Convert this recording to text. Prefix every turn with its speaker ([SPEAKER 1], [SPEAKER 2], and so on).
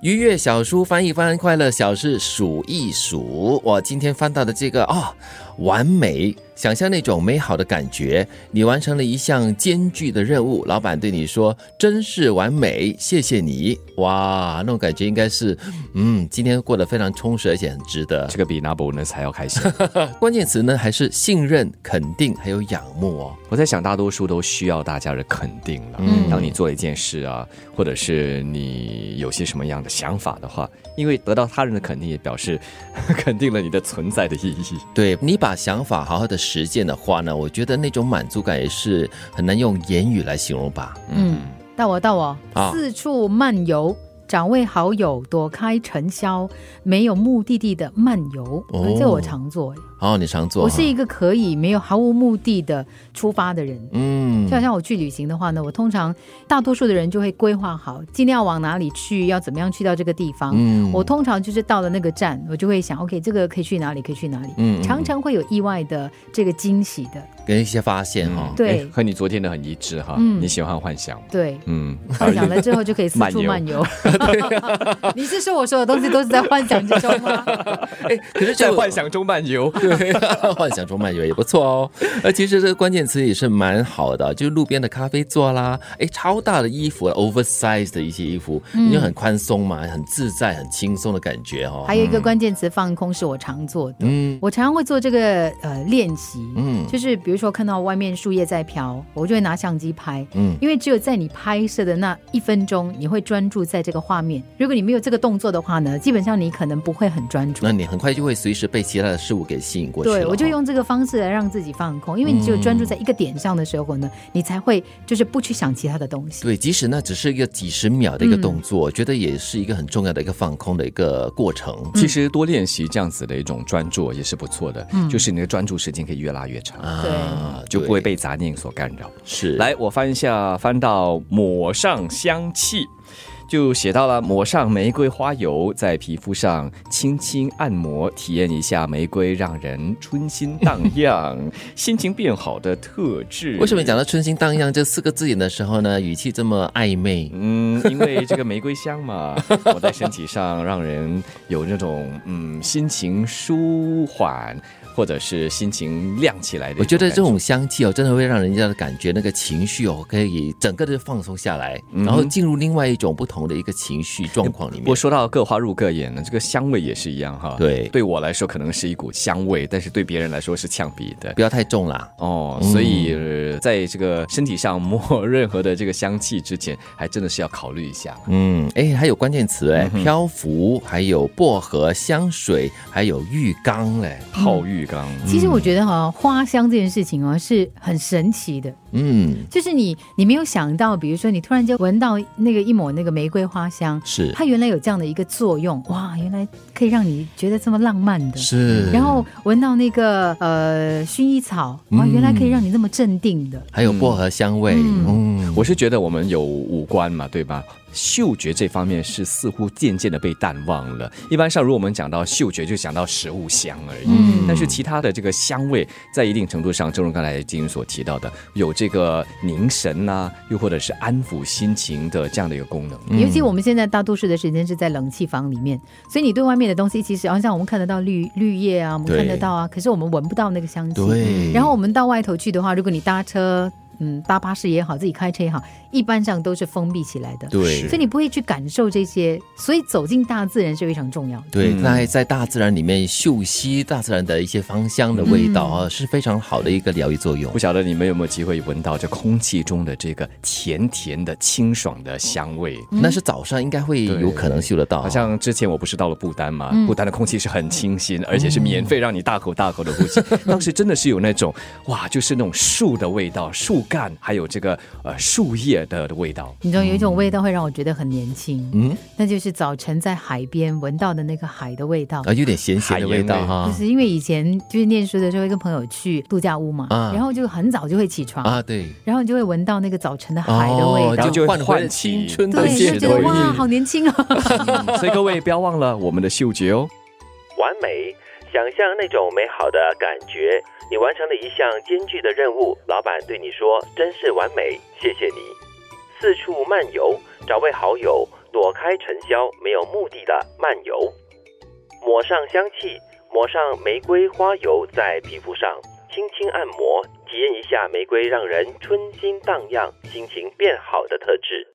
[SPEAKER 1] 愉悦小书翻一翻，快乐小事数一数。我今天翻到的这个哦，完美，想象那种美好的感觉。你完成了一项艰巨的任务，老板对你说：“真是完美，谢谢你。”哇，那种感觉应该是，嗯，今天过得非常充实，而且很值得。
[SPEAKER 2] 这个比拿 bonus 还要开心。
[SPEAKER 1] 关键词呢，还是信任、肯定，还有仰慕哦。
[SPEAKER 2] 我在想，大多数都需要大家的肯定了。
[SPEAKER 1] 嗯
[SPEAKER 2] 当你做一件事啊，或者是你有些什么样的想法的话，因为得到他人的肯定，也表示 肯定了你的存在的意义。
[SPEAKER 1] 对你把想法好好的实践的话呢，我觉得那种满足感也是很难用言语来形容吧。
[SPEAKER 3] 嗯，到我到我，
[SPEAKER 1] 啊
[SPEAKER 3] 四处漫游。找位好友，躲开尘嚣，没有目的地的漫游，
[SPEAKER 1] 哦
[SPEAKER 3] 哎这我常做。哎
[SPEAKER 1] 哦，你常做哈，
[SPEAKER 3] 我是一个可以没有毫无目的的出发的人。
[SPEAKER 1] 嗯
[SPEAKER 3] 就好像我去旅行的话呢，我通常大多数的人就会规划好，尽量往哪里去，要怎么样去到这个地方。
[SPEAKER 1] 嗯
[SPEAKER 3] 我通常就是到了那个站，我就会想，OK，这个可以去哪里，可以去哪里。
[SPEAKER 1] 嗯嗯
[SPEAKER 3] 常常会有意外的这个惊喜的。
[SPEAKER 1] 跟一些发现哈、
[SPEAKER 3] 嗯对
[SPEAKER 2] 哎和你昨天的很一致哈。
[SPEAKER 3] 嗯
[SPEAKER 2] 你喜欢幻想，
[SPEAKER 3] 对，
[SPEAKER 2] 嗯，
[SPEAKER 3] 幻想了之后就可以四处漫游。啊 你是说我所有东西都是在幻想之中吗？
[SPEAKER 1] 哎，可是这
[SPEAKER 2] 在
[SPEAKER 1] 个
[SPEAKER 2] 幻。想中漫游。
[SPEAKER 1] 对，幻想中漫游也不错哦。呃，其实这个关键词也是蛮好的，就是路边的咖啡座啦，哎，超大的衣服，oversize 的一些衣服，
[SPEAKER 3] 嗯
[SPEAKER 1] 你就很宽松嘛，很自在、很轻松的感觉哦。
[SPEAKER 3] 还有一个关键词放空是我常做的，
[SPEAKER 1] 嗯
[SPEAKER 3] 我常常会做这个呃练习，
[SPEAKER 1] 嗯
[SPEAKER 3] 就是比如说看到外面树叶在飘，我就会拿相机拍。
[SPEAKER 1] 嗯，
[SPEAKER 3] 因为只有在你拍摄的那一分钟，你会专注在这个画面。如果你没有这个动作的话呢，基本上你可能不会很专注
[SPEAKER 1] 那。你很快就会随时被其他的事物给吸引过去了哦、
[SPEAKER 3] 对，我就用这个方式来让自己放空，因为你只有专注
[SPEAKER 1] 嗯
[SPEAKER 3] 在一个点上的时候呢，你才会就是不去想其他的东西。
[SPEAKER 1] 对，即使那只是一个几十秒的一个动作，
[SPEAKER 3] 嗯
[SPEAKER 1] 我觉得也是一个很重要的一个放空的一个过程。
[SPEAKER 3] 嗯
[SPEAKER 2] 其实多练习这样子的一种专注也是不错的，
[SPEAKER 3] 嗯
[SPEAKER 2] 就是你的专注时间可以越拉越长，
[SPEAKER 1] 啊，
[SPEAKER 2] 就不会
[SPEAKER 1] 对
[SPEAKER 2] 被杂念所干扰。
[SPEAKER 1] 是
[SPEAKER 2] 来，我翻一下，翻到抹上香气，就写到了抹上玫瑰花油，在皮肤上轻轻按摩，体验一下玫瑰让人春心荡 漾、心情变好的特质。
[SPEAKER 1] 为什么讲？到“春心荡漾”这四个字眼的时候呢，语气这么暧昧？
[SPEAKER 2] 嗯，因为这个玫瑰香嘛， 抹在身体上，让人有那种嗯心情舒缓，或者是心情亮起来的一感。
[SPEAKER 1] 我觉得这种香气哦，真的会让人家的感觉那个情绪哦，可以整个的放松下来，然后进入另外一种不同的一个情绪状况里
[SPEAKER 2] 嗯我
[SPEAKER 1] 面。
[SPEAKER 2] 说到各花入各眼呢，这个香味也是一样哈。
[SPEAKER 1] 对
[SPEAKER 2] 对我来说可能是一股香味，但是对别人来说是呛鼻的。
[SPEAKER 1] 不要太重啦，
[SPEAKER 2] 哦，所以、呃在这个身体上抹 任何的这个香气之前，还真的是要考虑一下。
[SPEAKER 1] 嗯，哎，还有关键词
[SPEAKER 2] 嗯
[SPEAKER 1] 哎，漂浮，还有薄荷香水，还有浴缸嘞，
[SPEAKER 2] 泡浴缸，
[SPEAKER 3] 其实我觉得哈、花香这件事情哦是很神奇的，
[SPEAKER 1] 嗯，
[SPEAKER 3] 就是你你没有想到，比如说你突然间闻到那个一抹那个玫瑰花香，
[SPEAKER 1] 是
[SPEAKER 3] 它原来有这样的一个作用，哇，原来可以让你觉得这么浪漫的。
[SPEAKER 1] 是
[SPEAKER 3] 然后闻到那个呃薰衣草，哇，
[SPEAKER 1] 嗯
[SPEAKER 3] 原来可以让你那么镇定的。
[SPEAKER 1] 还有薄荷香味，嗯，
[SPEAKER 2] 我是觉得我们有五官嘛，对吧？嗅觉这方面是似乎渐渐的被淡忘了。一般上，如果我们讲到嗅觉，就讲到食物香而已。
[SPEAKER 3] 嗯
[SPEAKER 2] 但是其他的这个香味，在一定程度上，正如刚才金云所提到的，有这个凝神呐、又或者是安抚心情的这样的一个功能。
[SPEAKER 1] 嗯
[SPEAKER 3] 尤其我们现在大多数的时间是在冷气房里面，所以你对外面的东西，其实好像我们看得到绿绿叶啊，我们
[SPEAKER 1] 对
[SPEAKER 3] 看得到啊，可是我们闻不到那个香气。
[SPEAKER 1] 对，
[SPEAKER 3] 然后我们到外头去的话，如果你搭车，嗯，搭巴士也好，自己开车也好，一般上都是封闭起来的，
[SPEAKER 1] 对
[SPEAKER 3] 所以你不会去感受这些，所以走进大自然是非常重要的。
[SPEAKER 1] 对，
[SPEAKER 2] 嗯
[SPEAKER 1] 那在大自然里面嗅吸大自然的一些芳香的味道啊，是非常好的一个疗愈作用
[SPEAKER 2] 嗯不。晓得你们有没有机会闻到这空气中的这个甜甜的、清爽的香味？
[SPEAKER 1] 那是早上应该会有可能嗅得到啊，
[SPEAKER 2] 好像之前我不是到了不丹嘛，不丹的空气是很清新，而且是免费让你大口大口的呼吸。当时真的是有那种哇，就是那种树的味道、树干，还有这个呃树叶的味道。
[SPEAKER 3] 你知道有一种味道会让我觉得很年轻，嗯，那就是早晨在海边闻到的那个海的味道。
[SPEAKER 1] 啊有点咸咸的味
[SPEAKER 2] 海
[SPEAKER 1] 道
[SPEAKER 2] 盐味
[SPEAKER 3] 就
[SPEAKER 1] 哈
[SPEAKER 3] 是因为以前就是念书的时候会跟朋友去度假屋嘛，
[SPEAKER 1] 啊
[SPEAKER 3] 然后就很早就会起床，
[SPEAKER 1] 啊，对，
[SPEAKER 3] 然后你就会闻到那个早晨的海的味
[SPEAKER 1] 哦
[SPEAKER 3] 道，
[SPEAKER 2] 然后
[SPEAKER 1] 就
[SPEAKER 2] 就会
[SPEAKER 1] 换回了
[SPEAKER 2] 唤起
[SPEAKER 1] 青春
[SPEAKER 2] 对
[SPEAKER 1] 的
[SPEAKER 2] 现
[SPEAKER 3] 对，
[SPEAKER 1] 现
[SPEAKER 2] 实
[SPEAKER 3] 就觉
[SPEAKER 1] 实
[SPEAKER 3] 得
[SPEAKER 2] 回
[SPEAKER 3] 哇，
[SPEAKER 2] 忆
[SPEAKER 3] 好年轻哦。
[SPEAKER 2] 嗯所以各位不要忘了我们的嗅觉哦。
[SPEAKER 4] 完美，想象那种美好的感觉。你完成了一项艰巨的任务，老板对你说：“真是完美，谢谢你。”四处漫游，找位好友，躲开尘嚣，没有目的的漫游。抹上香气，抹上玫瑰花油在皮肤上，轻轻按摩，体验一下玫瑰让人春心荡漾、心情变好的特质。